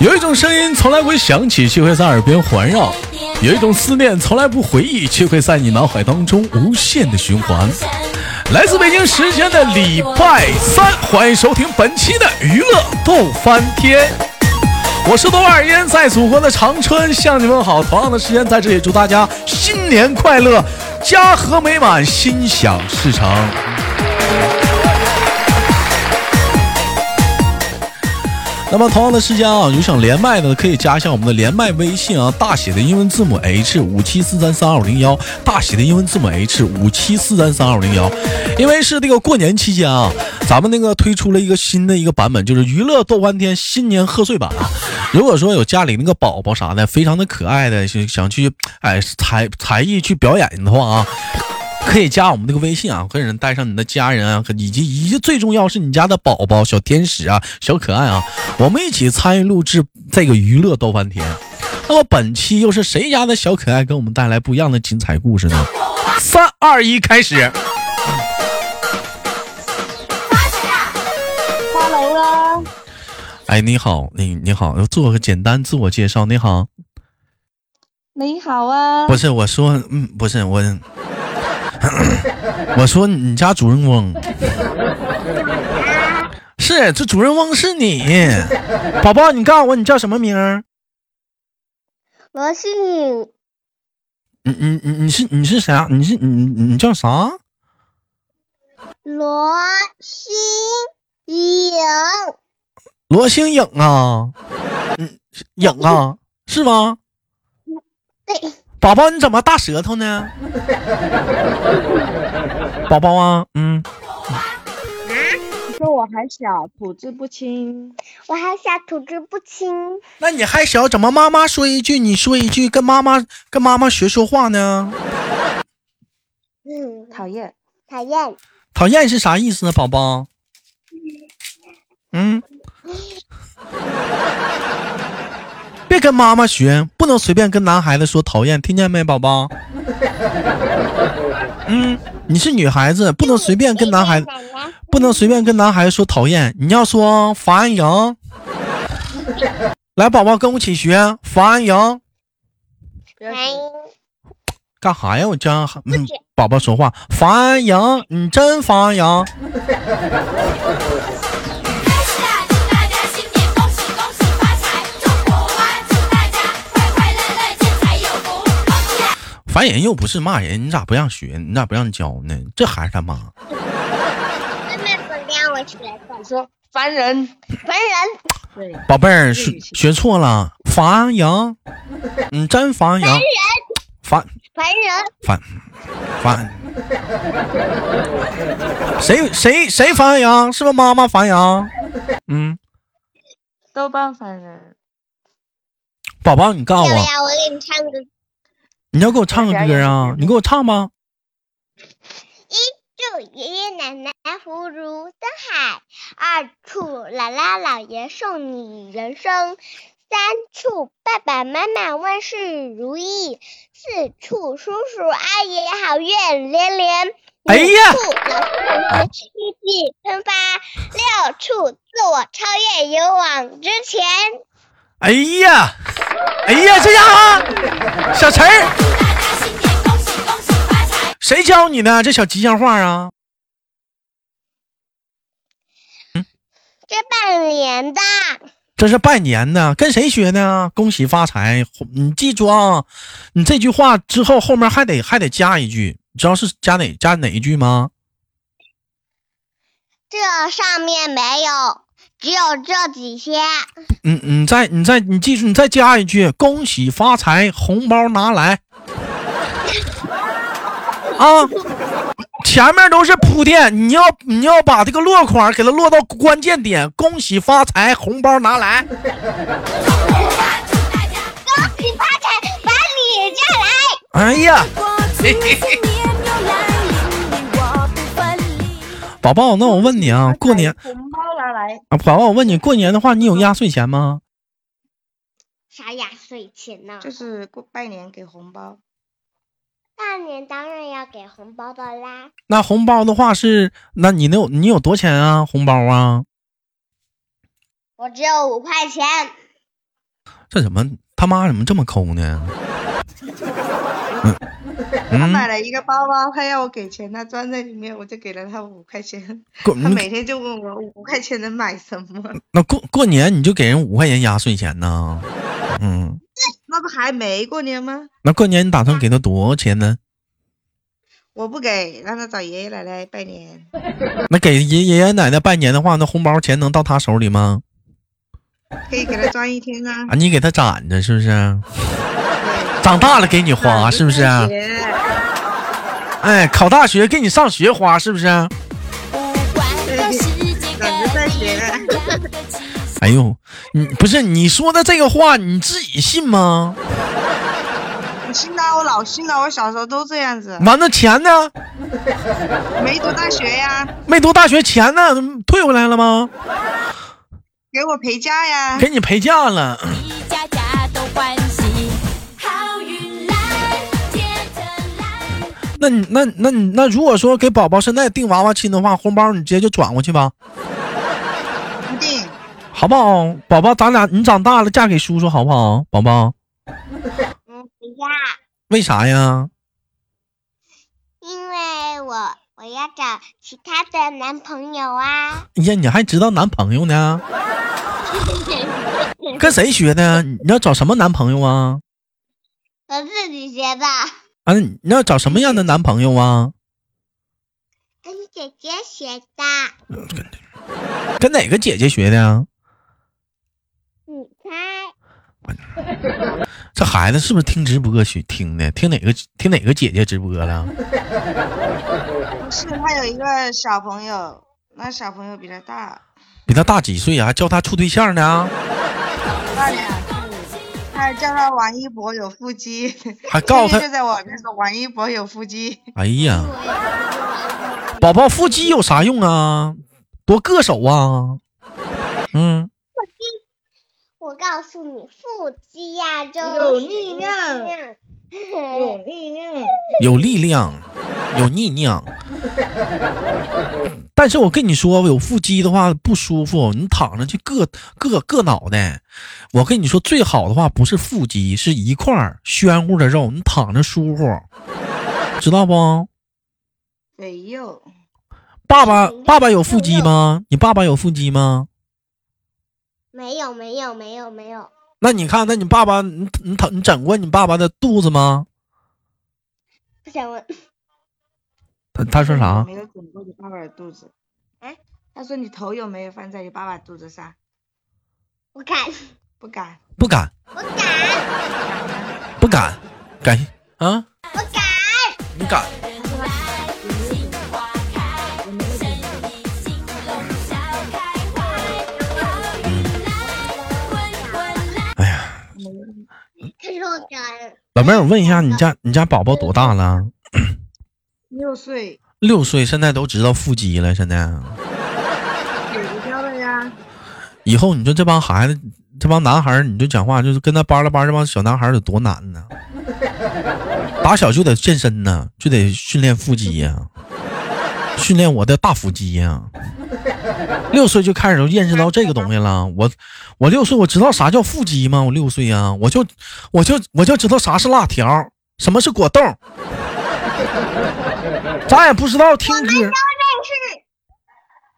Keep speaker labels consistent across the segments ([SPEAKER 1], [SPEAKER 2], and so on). [SPEAKER 1] 有一种声音从来不会响起，却会在耳边环绕；有一种思念从来不回忆，却会在你脑海当中无限的循环。来自北京时间的礼拜三，欢迎收听本期的娱乐逗翻天。我是豆瓣烟，在祖国的长春向你问好。同样的时间，在这里祝大家新年快乐，家和美满，心想事成。那么同样的时间啊，有想连麦的可以加一下我们的连麦微信啊，大写的英文字母 H 五七四三三二五零幺，大写的英文字母 H 五七四三三二五零幺。因为是这个过年期间啊，咱们那个推出了一个新的一个版本，就是娱乐逗翻天新年贺岁版啊。如果说有家里那个宝宝啥的，非常的可爱的，想想去哎才才艺去表演的话啊，可以加我们这个微信啊，可以带上你的家人啊，以及以及最重要是你家的宝宝小天使啊、小可爱啊，我们一起参与录制这个娱乐逗翻天。那么本期又是谁家的小可爱给我们带来不一样的精彩故事呢？三二一，开始！
[SPEAKER 2] 哈喽啊，
[SPEAKER 1] 哎，你好，你你好，做个简单自我介绍。你好，
[SPEAKER 2] 你好啊，
[SPEAKER 1] 不是我说，嗯，不是我， 我说你家主人翁。是，这主人翁是你，宝宝，你告诉我你叫什么名儿？
[SPEAKER 2] 我是你，
[SPEAKER 1] 你你你你是你是啥？你是你你你叫啥？
[SPEAKER 2] 罗新颖，
[SPEAKER 1] 罗星影啊，嗯，影啊，是吗？
[SPEAKER 2] 对，
[SPEAKER 1] 宝宝，你怎么大舌头呢？宝宝啊，嗯，
[SPEAKER 3] 说我还小，吐字不清。
[SPEAKER 2] 我还想吐字不清，
[SPEAKER 1] 那你还小，怎么妈妈说一句你说一句，跟妈妈跟妈妈学说话呢？
[SPEAKER 2] 嗯，
[SPEAKER 3] 讨厌，
[SPEAKER 2] 讨厌，
[SPEAKER 1] 讨厌是啥意思呢，宝宝？嗯，别跟妈妈学，不能随便跟男孩子说讨厌，听见没，宝宝？嗯，你是女孩子，不能随便跟男孩子。
[SPEAKER 2] 奶奶，
[SPEAKER 1] 不能随便跟男孩子说讨厌，你要说烦人。来，宝宝跟我一起学烦人，
[SPEAKER 3] 不要
[SPEAKER 2] 欢
[SPEAKER 3] 学
[SPEAKER 2] 迎
[SPEAKER 1] 干啥呀？我这样，嗯，宝宝说话烦人，你真烦人。烦人又不是骂人，你咋不让学？你咋不让教呢？这孩子他妈，
[SPEAKER 2] 妈妈不让我学的，
[SPEAKER 3] 你说烦人，
[SPEAKER 2] 烦人，
[SPEAKER 3] 对，
[SPEAKER 1] 宝贝儿
[SPEAKER 3] 日
[SPEAKER 1] 学
[SPEAKER 3] 语系
[SPEAKER 1] 学错了，烦人，你真烦人，烦
[SPEAKER 2] 烦人，
[SPEAKER 1] 烦烦，谁谁谁烦人？是不是妈妈烦人？嗯，
[SPEAKER 3] 豆瓣烦人。
[SPEAKER 1] 宝宝，你告
[SPEAKER 2] 要
[SPEAKER 1] 诉
[SPEAKER 2] 不
[SPEAKER 1] 我。
[SPEAKER 2] 要我给你唱个
[SPEAKER 1] 你要给我唱个歌啊！你给我唱吧。
[SPEAKER 2] 祝爷爷奶奶福如登海，二祝姥姥姥爷送你人生，三祝爸爸妈妈万事如意，四祝叔叔阿姨好运连连，
[SPEAKER 1] 哎呀
[SPEAKER 2] 五祝老师同学意气喷发，六祝自我超越勇往直前。
[SPEAKER 1] 哎呀，哎呀，这家伙，小陈儿，谁教你的这小吉祥话啊？
[SPEAKER 2] 这半年的
[SPEAKER 1] 这是拜年呢，跟谁学呢？恭喜发财！你记住啊，你这句话之后后面还得还得加一句，你知道是加哪加哪一句吗？
[SPEAKER 2] 这上面没有，只有这几些。
[SPEAKER 1] 嗯，你再你再你记住，你再加一句，恭喜发财，红包拿来。啊，前面都是铺垫，你要你要把这个落款给它落到关键点，恭喜发财，红包拿来。
[SPEAKER 2] 恭喜发财，把你嫁来。
[SPEAKER 1] 哎呀，宝宝，那我问你啊，过年
[SPEAKER 3] 红包拿来，
[SPEAKER 1] 啊，宝宝，我问你，过年的话，你有压岁钱吗？
[SPEAKER 2] 啥压岁钱呢？
[SPEAKER 3] 就是过拜年给红包，
[SPEAKER 2] 大年当然要给红包的啦，
[SPEAKER 1] 那红包的话是，那你能有你有多钱啊？红包啊？
[SPEAKER 2] 我只有五块钱，
[SPEAKER 1] 这怎么他妈怎么这么抠呢？
[SPEAKER 3] 他
[SPEAKER 1] 嗯，
[SPEAKER 3] 买了一个包包，他要我给钱，他装在里面，我就给了他五块钱。
[SPEAKER 1] 过
[SPEAKER 3] 他
[SPEAKER 1] 你
[SPEAKER 3] 每天就问我五块钱能买什么，
[SPEAKER 1] 那过过年你就给人五块钱压岁钱呢？嗯，
[SPEAKER 3] 那不还没过年吗？
[SPEAKER 1] 那过年你打算给他多少钱呢？
[SPEAKER 3] 我不给，让他找爷爷奶奶拜年。
[SPEAKER 1] 那给爷爷爷奶奶拜年的话，那红包钱能到他手里吗？
[SPEAKER 3] 可以给他装一天啊
[SPEAKER 1] 啊，。你给他攒着是不是？
[SPEAKER 3] 对
[SPEAKER 1] 长大了给你花是不啊是？
[SPEAKER 3] 姐
[SPEAKER 1] 哎，考大学给你上学花是不是？
[SPEAKER 3] 懒得再学了。
[SPEAKER 1] 哎呦，你不是你说的这个话你自己信吗？
[SPEAKER 3] 我信了，我老信了，我小时候都这样子，
[SPEAKER 1] 完了钱呢？
[SPEAKER 3] 没读大学呀，
[SPEAKER 1] 没读大学钱呢？退回来了吗？
[SPEAKER 3] 给我陪嫁呀。
[SPEAKER 1] 给你陪嫁了。
[SPEAKER 4] 一家家都欢喜，好运来，接着来。
[SPEAKER 1] 那你那那你那如果说给宝宝现在订娃娃亲的话，红包你直接就转过去吧，
[SPEAKER 3] 不定，
[SPEAKER 1] 好不好？宝宝，咱俩你长大了嫁给叔叔好不好？宝宝，
[SPEAKER 2] 嗯，不要，
[SPEAKER 1] 为啥呀？
[SPEAKER 2] 因为我我要找其他的男朋友啊。
[SPEAKER 1] 哎呀，你还知道男朋友呢？跟谁学的？你要找什么男朋友啊？
[SPEAKER 2] 我自己学的，
[SPEAKER 1] 啊，你要找什么样的男朋友啊？
[SPEAKER 2] 跟姐姐学的。
[SPEAKER 1] 跟哪个姐姐学的呀？
[SPEAKER 2] 你猜，
[SPEAKER 1] 这孩子是不是听直播去听的？听哪个听哪个姐姐直播了？
[SPEAKER 3] 不是他有一个小朋友，那小朋友比他大，
[SPEAKER 1] 比他大几岁啊？还教他处对象呢？
[SPEAKER 3] 大两岁，他叫他王一博有腹肌，
[SPEAKER 1] 还告诉
[SPEAKER 3] 天
[SPEAKER 1] 他？
[SPEAKER 3] 天就在我耳边说王一博有腹 肌，
[SPEAKER 1] 哎呀，宝宝腹肌有啥用啊？多硌手啊！嗯，
[SPEAKER 2] 我告诉你，腹肌呀、就
[SPEAKER 3] 有
[SPEAKER 2] 是
[SPEAKER 3] 力
[SPEAKER 2] 力
[SPEAKER 3] 量
[SPEAKER 2] 量。
[SPEAKER 3] 力量。
[SPEAKER 1] 有力量，有力量。但是我跟你说，有腹肌的话不舒服，你躺着去硌硌硌脑袋。我跟你说，最好的话不是腹肌，是一块儿暄乎的肉，你躺着舒服，知道不？
[SPEAKER 3] 肥肉，
[SPEAKER 1] 爸爸爸爸有腹肌吗？你爸爸有腹肌吗？
[SPEAKER 2] 没有没有没有没有，
[SPEAKER 1] 那你看，那你爸爸，你你躺你整过你爸爸的肚子吗？
[SPEAKER 2] 不想问。
[SPEAKER 1] 他他说啥？
[SPEAKER 3] 没有整过你爸爸的肚子。
[SPEAKER 2] 哎，
[SPEAKER 3] 他说你头有没有放在你爸爸肚子上？
[SPEAKER 2] 我 敢，
[SPEAKER 3] 不敢，
[SPEAKER 1] 不敢，
[SPEAKER 2] 我敢，
[SPEAKER 1] 不敢，敢啊？
[SPEAKER 2] 我敢。
[SPEAKER 1] 你敢？
[SPEAKER 4] 心花开，生意兴隆，笑开怀。好运来，滚滚来。
[SPEAKER 2] 他说我敢。
[SPEAKER 1] 老妹儿，我问一下，你家你家宝宝多大了？
[SPEAKER 3] 六岁
[SPEAKER 1] 六岁，现在都知道腹肌了。现在，
[SPEAKER 3] 有一条的呀。
[SPEAKER 1] 以后你说这帮孩子，这帮男孩儿，你就讲话就是跟他巴拉巴拉这帮小男孩儿有多难呢？打小就得健身呢，就得训练腹肌呀、训练我的大腹肌呀、六岁就开始认识到这个东西了。我我六岁，我知道啥叫腹肌吗？我六岁呀、我就我就我就知道啥是辣条，什么是果冻，咱也不知道听歌，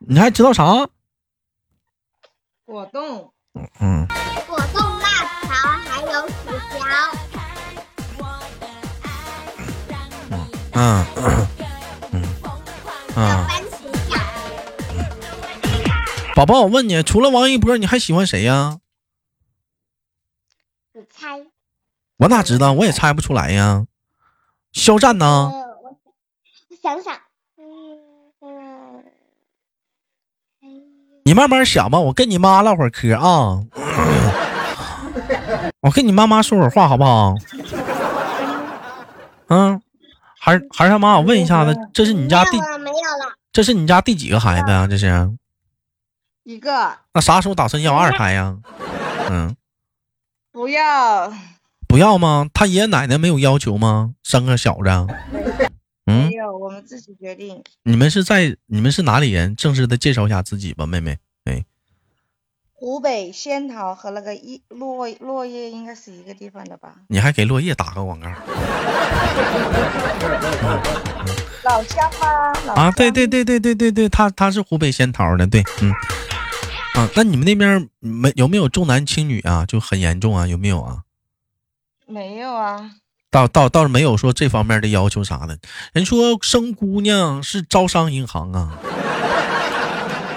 [SPEAKER 1] 你还知道啥？
[SPEAKER 3] 果冻，
[SPEAKER 1] 嗯。
[SPEAKER 2] 果冻辣条还有薯条，
[SPEAKER 1] 嗯嗯嗯，
[SPEAKER 2] 番茄酱，
[SPEAKER 1] 宝宝，我问你，除了王一博，你还喜欢谁呀、
[SPEAKER 2] 你猜？
[SPEAKER 1] 我哪知道，我也猜不出来呀。肖战呢？
[SPEAKER 2] 呃我我想想，嗯嗯，哎
[SPEAKER 1] 你慢慢想吧，我跟你妈唠会儿嗑啊。我跟你妈妈说会儿话好不好？嗯，孩儿孩儿他妈，我问一下子，这是你家第
[SPEAKER 2] 嗯没有啊了没有了，
[SPEAKER 1] 这是你家第几个孩子啊？这是？
[SPEAKER 3] 一个
[SPEAKER 1] 那啥时候打算要二胎呀、嗯，
[SPEAKER 3] 不要，
[SPEAKER 1] 不要吗？他爷爷奶奶没有要求吗？生个小子？嗯
[SPEAKER 3] 没，有，我们自己决定。
[SPEAKER 1] 你们是在你们是哪里人？正式的介绍一下自己吧，妹妹。哎，
[SPEAKER 3] 湖北仙桃和那个一落落叶应该是一个地方的吧？
[SPEAKER 1] 你还给落叶打个广告
[SPEAKER 3] 老乡吗？老
[SPEAKER 1] 啊？对
[SPEAKER 3] 乡
[SPEAKER 1] 对对对对对对，他他是湖北仙桃的，对，嗯，啊，那你们那边没有没有重男轻女啊？就很严重啊？有没有啊？
[SPEAKER 3] 没有啊，
[SPEAKER 1] 倒倒倒是没有说这方面的要求啥的。人说生姑娘是招商银行啊，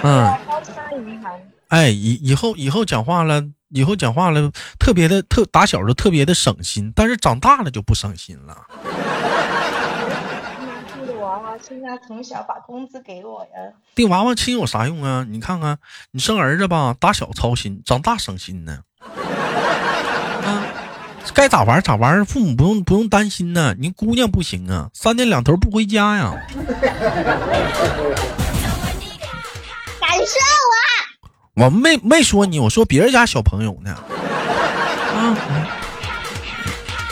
[SPEAKER 1] 嗯，
[SPEAKER 3] 招商银行
[SPEAKER 1] 哎，以以后以后讲话了，以后讲话了，特别的特打小就特别的省心，但是长大了就不省心了。
[SPEAKER 3] 这个娃娃现在从小把工资给我呀，
[SPEAKER 1] 定娃娃亲有啥用啊？你看看，你生儿子吧，打小操心，长大省心呢。啊，该咋玩儿咋玩儿，父母不用不用担心呢。你姑娘不行啊，三天两头不回家呀。
[SPEAKER 2] 敢说我？
[SPEAKER 1] 我没没说你，我说别人家小朋友呢。啊，嗯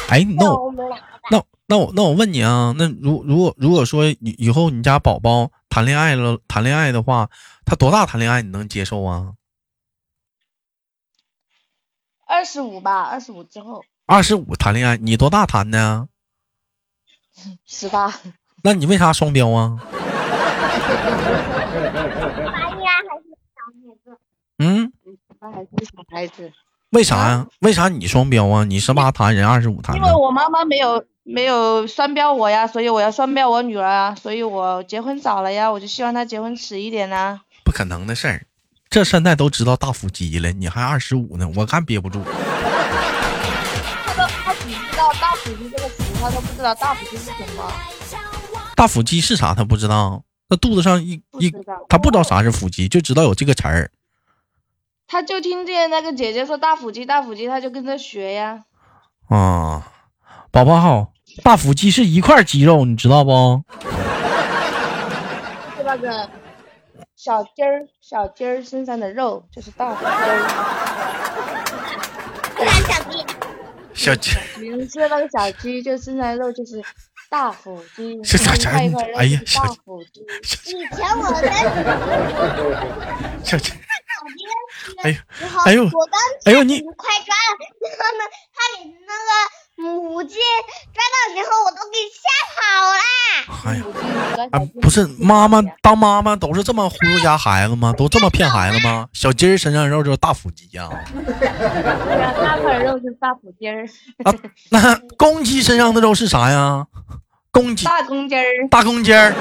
[SPEAKER 1] 哎，那我
[SPEAKER 2] 我们俩
[SPEAKER 1] 那那我那我问你啊，那如如果如果说以以后你家宝宝谈恋爱了，谈恋爱的话，他多大谈恋爱你能接受啊？
[SPEAKER 3] 二十五吧，二十五之后
[SPEAKER 1] 二十五谈恋爱，你多大谈的啊？
[SPEAKER 3] 十八，
[SPEAKER 1] 那你为啥双标啊？
[SPEAKER 2] 应该还是小孩子。
[SPEAKER 1] 嗯，
[SPEAKER 3] 那还是小孩子，
[SPEAKER 1] 为啥呀、为啥你双标啊？你十八谈，人二十五谈
[SPEAKER 3] 因
[SPEAKER 1] 呢
[SPEAKER 3] 为？我妈妈没有没有双标我呀，所以我要双标我女儿啊，所以我结婚早了呀，我就希望她结婚迟一点呐、
[SPEAKER 1] 不可能的事儿，这现在都知道大腹肌了，你还二十五呢，我看憋不住。
[SPEAKER 3] 她只知道大腹肌这个词，她都不知道大腹肌是什么，
[SPEAKER 1] 大腹肌是啥？他不知道，那肚子上一一
[SPEAKER 3] 知道，
[SPEAKER 1] 他不知道啥是腹肌，就知道有这个词儿。
[SPEAKER 3] 她就听见那个姐姐说大腹肌大腹肌，她就跟着学呀。
[SPEAKER 1] 啊，宝宝好，大腹肌是一块肌肉，你知道不？
[SPEAKER 3] 是那个小鸡儿，小鸡儿身上的肉就是大腹肌。
[SPEAKER 2] 不敢小弟，
[SPEAKER 1] 小鸡，
[SPEAKER 3] 比如说那个小鸡，就身上的肉就是大腹肌。
[SPEAKER 1] 是咋
[SPEAKER 3] 另外一块
[SPEAKER 1] 咋哎呀
[SPEAKER 3] 肉就是大
[SPEAKER 1] 小
[SPEAKER 3] 腹肌。
[SPEAKER 2] 以前我跟
[SPEAKER 1] 小鸡，哎呀，
[SPEAKER 2] 然后
[SPEAKER 1] 哎呦
[SPEAKER 2] 我刚
[SPEAKER 1] 哎呦你，
[SPEAKER 2] 快抓了，然后呢，他给那个母鸡抓到之后，我都给
[SPEAKER 1] 哎呀，
[SPEAKER 2] 吓跑了。
[SPEAKER 3] 腹肌和小
[SPEAKER 1] 啊
[SPEAKER 3] 鸡，
[SPEAKER 1] 不是妈妈当妈妈都是这么忽悠家孩子吗？都这么骗孩子吗？小鸡儿身上肉就是大腹肌啊呀、
[SPEAKER 3] 对啊，大块肉就是大腹肌儿，
[SPEAKER 1] 啊，那公鸡身上的肉是啥呀？公鸡、
[SPEAKER 3] 大公鸡儿。
[SPEAKER 1] 大公鸡儿。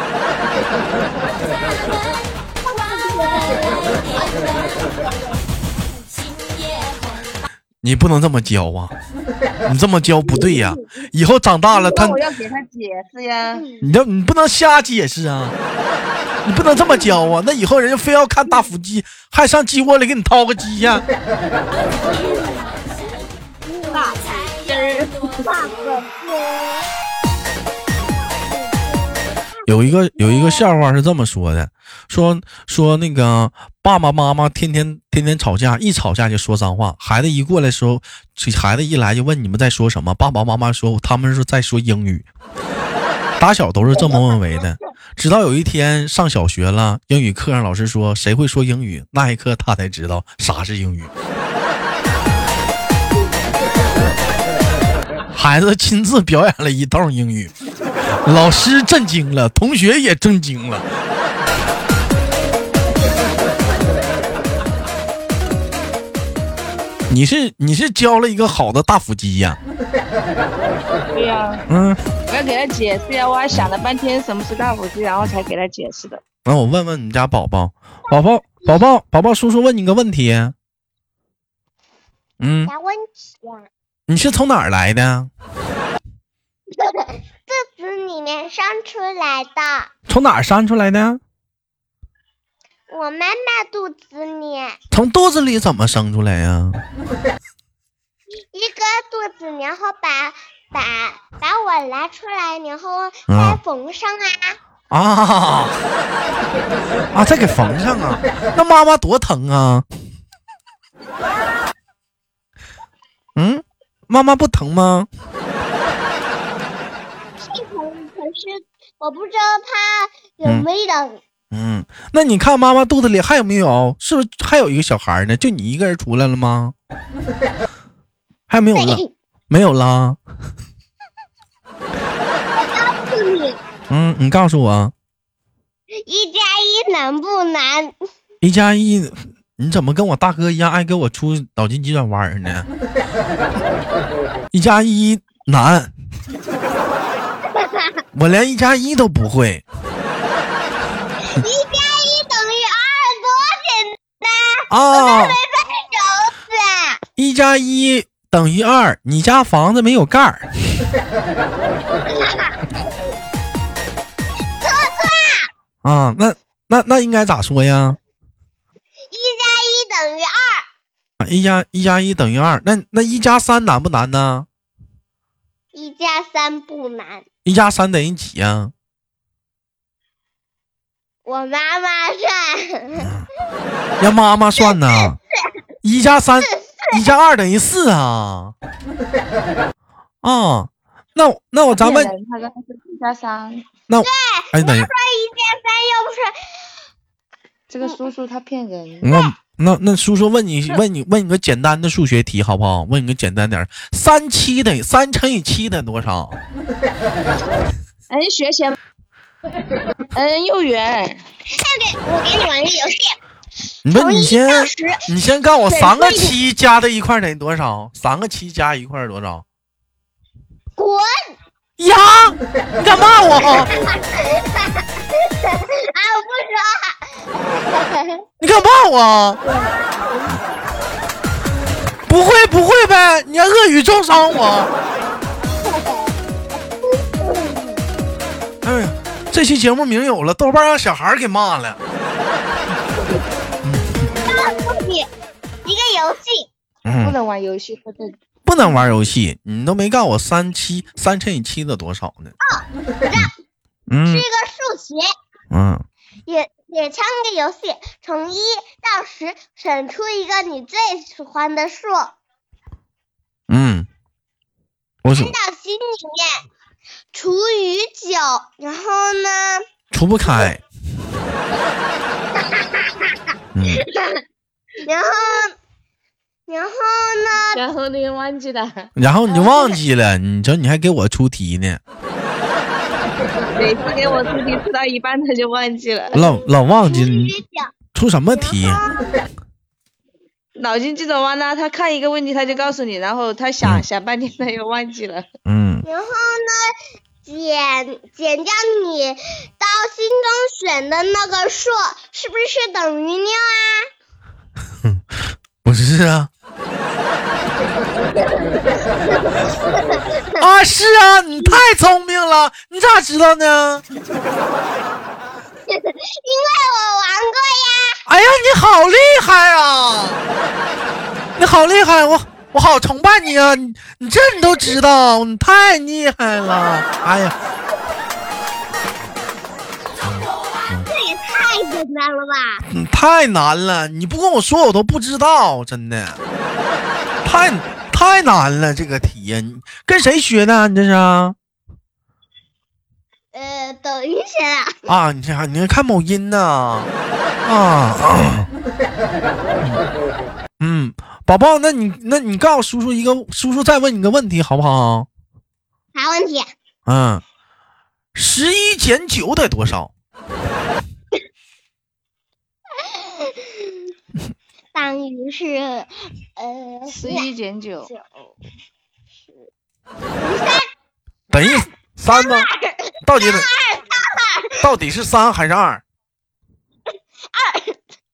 [SPEAKER 1] 你不能这么教啊！你这么教不对呀、以后长大了，他
[SPEAKER 3] 那我要给他解释呀。
[SPEAKER 1] 你要你不能瞎解释啊！你不能这么教啊！那以后人家非要看大腹肌，还上鸡窝里给你掏个鸡呀、有一个有一个笑话是这么说的，说说那个爸爸妈妈天天天天吵架，一吵架就说脏话，孩子一过来的时候，这孩子一来就问你们在说什么，爸爸妈妈说他们是在说英语，打小都是这么认为的，直到有一天上小学了，英语课上老师说谁会说英语，那一刻他才知道啥是英语。孩子亲自表演了一道英语。老师震惊了，同学也震惊了。你是你是教了一个好的大腹肌呀、
[SPEAKER 3] 对呀、
[SPEAKER 1] 嗯，
[SPEAKER 3] 我要给他解释呀。我还想了半天什么是大腹肌，然后才给他解释的。
[SPEAKER 1] 那我问问你们家宝宝，宝宝宝宝宝宝，叔叔问你个问题，嗯，
[SPEAKER 2] 啥问题呀、
[SPEAKER 1] 你是从哪儿来的？
[SPEAKER 2] 肚子里面生出来的，
[SPEAKER 1] 从哪儿生出来的？
[SPEAKER 2] 我妈妈肚子里
[SPEAKER 1] 从肚子里怎么生出来呀、
[SPEAKER 2] 一个肚子，然后把把把我拿出来，然后再缝上啊。
[SPEAKER 1] 啊？啊 啊！再给缝上啊！那妈妈多疼啊！嗯，妈妈不疼吗？
[SPEAKER 2] 这种可是我不知道它有没有
[SPEAKER 1] 嗯，那你看妈妈肚子里还有没有？是不是还有一个小孩呢？就你一个人出来了吗？还有没有了？没有啦。嗯，你告诉我，
[SPEAKER 2] 一加一难不难？
[SPEAKER 1] 一加一，你怎么跟我大哥一样爱给我出脑筋急转弯儿呢？一加一难，我连一加一都不会。
[SPEAKER 2] 一加一等于二，多简单！
[SPEAKER 1] 啊，
[SPEAKER 2] 笨手
[SPEAKER 1] 一加一等于二，你家房子没有盖儿。啊，那那那应该咋说呀？
[SPEAKER 2] 子，一加一等于二，
[SPEAKER 1] 啊一加一加一等于二，那那一加三难不难呢？
[SPEAKER 2] 一加三不难。
[SPEAKER 1] 一加三等于几呀、
[SPEAKER 2] 我妈妈 算，
[SPEAKER 1] 让妈妈算呢。一加三，一加二等于四啊。啊，那我那我咱们
[SPEAKER 3] 骗人他刚才是一加三，
[SPEAKER 1] 那我哎等一下，
[SPEAKER 2] 一加三又不是
[SPEAKER 3] 这个叔叔他骗人。
[SPEAKER 1] 我那那叔叔问你问你问你个简单的数学题好不好？问你个简单点儿，三七等于三乘以七等于多少？
[SPEAKER 3] 嗯，学前，嗯，幼园，
[SPEAKER 2] 那给我给你玩个游戏，
[SPEAKER 1] 你不
[SPEAKER 2] 从
[SPEAKER 1] 你
[SPEAKER 2] 一
[SPEAKER 1] 先
[SPEAKER 2] 到十，
[SPEAKER 1] 你先告诉我
[SPEAKER 2] 对
[SPEAKER 1] 三个
[SPEAKER 2] 所以
[SPEAKER 1] 七加在一块儿等于多少？三个七加一块儿多少？
[SPEAKER 2] 滚！
[SPEAKER 1] 呀，你敢骂我？
[SPEAKER 2] 啊，我不说。
[SPEAKER 1] 你敢骂我？不会不会呗，你要恶语中伤我。哎呀，这期节目名有了，豆瓣让小孩儿给骂了。
[SPEAKER 2] 告诉你一个游戏，
[SPEAKER 3] 不
[SPEAKER 1] 嗯，
[SPEAKER 3] 能玩游戏，不能。
[SPEAKER 1] 不能玩游戏，你都没告诉我三七三乘以七的多少呢？
[SPEAKER 2] 是
[SPEAKER 1] 嗯
[SPEAKER 2] 一个数学，
[SPEAKER 1] 嗯，
[SPEAKER 2] 也也像一个游戏，从一到十选出一个你最喜欢的数，放
[SPEAKER 1] 嗯，我是
[SPEAKER 2] 到心里面，除以九，然后呢，
[SPEAKER 1] 除不开。嗯，
[SPEAKER 2] 然后然后呢，
[SPEAKER 3] 然后你忘记了，
[SPEAKER 1] 然后你就忘记了，你说你还给我出题呢。
[SPEAKER 3] 每次给我出题出到一半他就忘记了。
[SPEAKER 1] 老老忘记
[SPEAKER 2] 除
[SPEAKER 1] 你
[SPEAKER 2] 以九，
[SPEAKER 1] 出什么题？
[SPEAKER 3] 脑筋急转弯呢，他看一个问题他就告诉你，然后他想、想半天他又忘记了。
[SPEAKER 1] 嗯
[SPEAKER 2] 然后呢，减减掉你到心中选的那个数，是不是等于六啊？，
[SPEAKER 1] 不是啊。啊，是啊，你太聪明了，你咋知道呢？
[SPEAKER 2] 因为我玩过呀。
[SPEAKER 1] 哎呀，你好厉害啊！你好厉害，我我好崇拜你啊！你你这你都知道，你太厉害了！哎呀，
[SPEAKER 2] 这也太简单了吧！
[SPEAKER 1] 你太难了，你不跟我说我都不知道，真的，太太难了这个题呀！你跟谁学的啊？你这是？
[SPEAKER 2] 呃，抖音学的，
[SPEAKER 1] 啊，你这还你还看某音呢？啊，嗯，宝宝，那你那你告诉叔叔一个，叔叔再问你个问题好不好？
[SPEAKER 2] 啥问题？
[SPEAKER 1] 嗯，十一减九得多少？
[SPEAKER 2] 等于是，呃，
[SPEAKER 3] 十一减九，
[SPEAKER 2] 九，
[SPEAKER 1] 等于三吗？到底得到底是三还是二？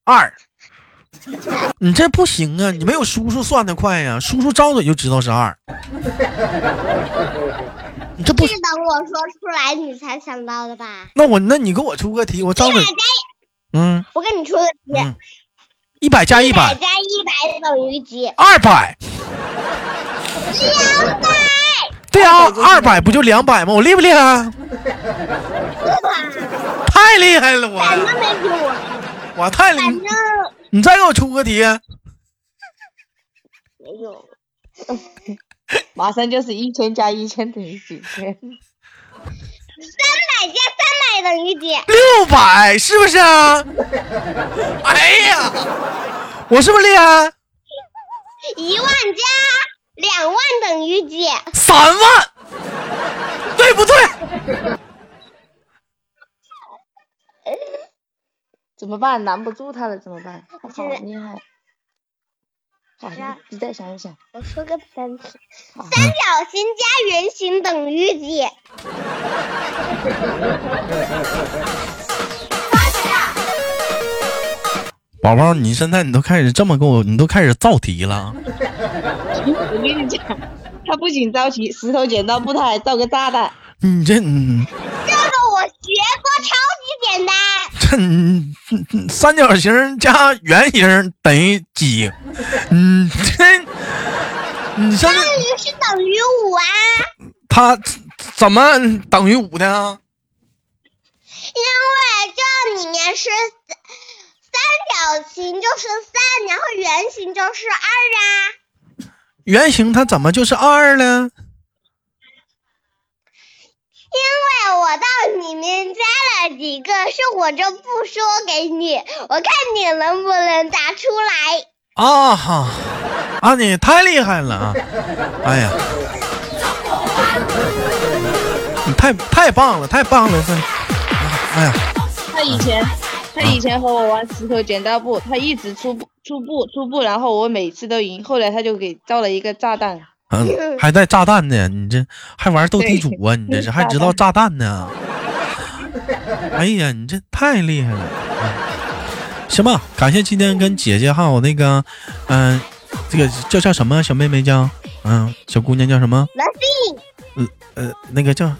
[SPEAKER 1] 二二，你这不行啊！你没有叔叔算的快呀、叔叔张嘴就知道是二，你这不
[SPEAKER 2] 是等我说出来你才想到的吧？
[SPEAKER 1] 那我那你给我出个题，我张嘴
[SPEAKER 2] 一百，加一，
[SPEAKER 1] 嗯，
[SPEAKER 2] 我给你出个
[SPEAKER 1] 嗯
[SPEAKER 2] 题，
[SPEAKER 1] 一百加一
[SPEAKER 2] 一百
[SPEAKER 1] 百，
[SPEAKER 2] 加一百等于几？
[SPEAKER 1] 二百，
[SPEAKER 2] 两百。
[SPEAKER 1] 对啊，二百不就两百吗？我厉不厉害？啊太厉害了
[SPEAKER 2] 反
[SPEAKER 1] 我，
[SPEAKER 2] 正没比我，
[SPEAKER 1] 我太厉，
[SPEAKER 2] 反正
[SPEAKER 1] 你再给我出个题，啊
[SPEAKER 2] 没有。
[SPEAKER 3] 马上就是一千加一千等于几千。
[SPEAKER 2] 三百加三百冷一点。
[SPEAKER 1] 六百是不是啊？哎呀，我是不是厉害？啊
[SPEAKER 2] 一万加两万等于几？
[SPEAKER 1] 三万，对不对？
[SPEAKER 3] 怎么办？拦不住他了，怎么办？他好
[SPEAKER 2] 现在
[SPEAKER 3] 厉害！好，
[SPEAKER 2] 是啊
[SPEAKER 3] 你你再想一想。
[SPEAKER 2] 我说个三次。
[SPEAKER 3] 好
[SPEAKER 2] 三角形加圆形等于几？
[SPEAKER 1] 宝宝，你现在你都开始这么跟我，你都开始造题了。
[SPEAKER 3] 我跟你讲，他不仅着急，石头剪刀布，他还造个炸弹。
[SPEAKER 1] 你这嗯你
[SPEAKER 2] 这个我学过，超级简单。
[SPEAKER 1] 这你你三角形加圆形等于几？嗯，这你现在
[SPEAKER 2] 等于是等于五啊，
[SPEAKER 1] 它怎么等于五呢？
[SPEAKER 2] 因为这里面是三三角形就是三，然后圆形就是二啊。
[SPEAKER 1] 圆形它怎么就是二呢？
[SPEAKER 2] 因为我到里面加了几个，是我就不说给你，我看你能不能答出来。
[SPEAKER 1] 啊哈，啊你太厉害了啊！哎呀，你太太棒了，太棒了！这，哎呀，
[SPEAKER 3] 他以前，他以前和我玩石头剪刀布，他一直出布出布出布，然后我每次都赢。后来他就给造了一个炸弹，
[SPEAKER 1] 嗯，还带炸弹呢，你这还玩斗地主啊？你这是还知道炸弹呢？啊 哎呀，你这太厉害了！哎行吧，感谢今天跟姐姐还有那个，嗯、这个叫叫什么小妹妹叫，嗯、小姑娘叫什么？
[SPEAKER 2] 罗西，
[SPEAKER 1] 呃，那个叫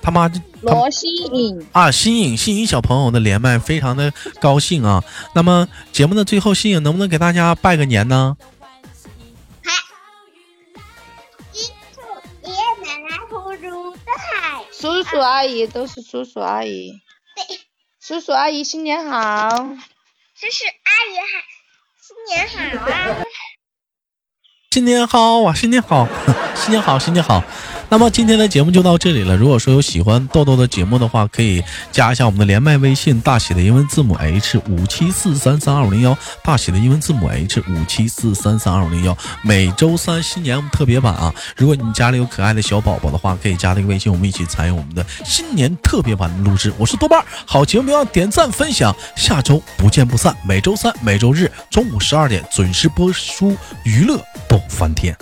[SPEAKER 1] 他妈这他妈
[SPEAKER 3] 罗西影。
[SPEAKER 1] 啊，新颖新颖小朋友的连麦，非常的高兴啊。那么节目的最后，新颖能不能给大家拜个年呢？
[SPEAKER 2] 一兔爷爷奶奶福如的海，
[SPEAKER 3] 叔叔阿姨都是叔叔阿姨，叔叔阿姨新年好。
[SPEAKER 2] 这是阿姨喊新年好啊！
[SPEAKER 1] 新年好啊，新年好， 新年好，新年好。那么今天的节目就到这里了。如果说有喜欢豆豆的节目的话，可以加一下我们的连麦微信，大写的英文字母 H 五七四三三二五零幺，大写的英文字母 H 五七四三三二五零幺。每周三新年我们特别版啊，如果你家里有可爱的小宝宝的话，可以加这个微信，我们一起参与我们的新年特别版的录制。我是豆瓣儿，好节目不要点赞分享，下周不见不散。每周三、每周日中午十二点准时播出《娱乐逗翻天》。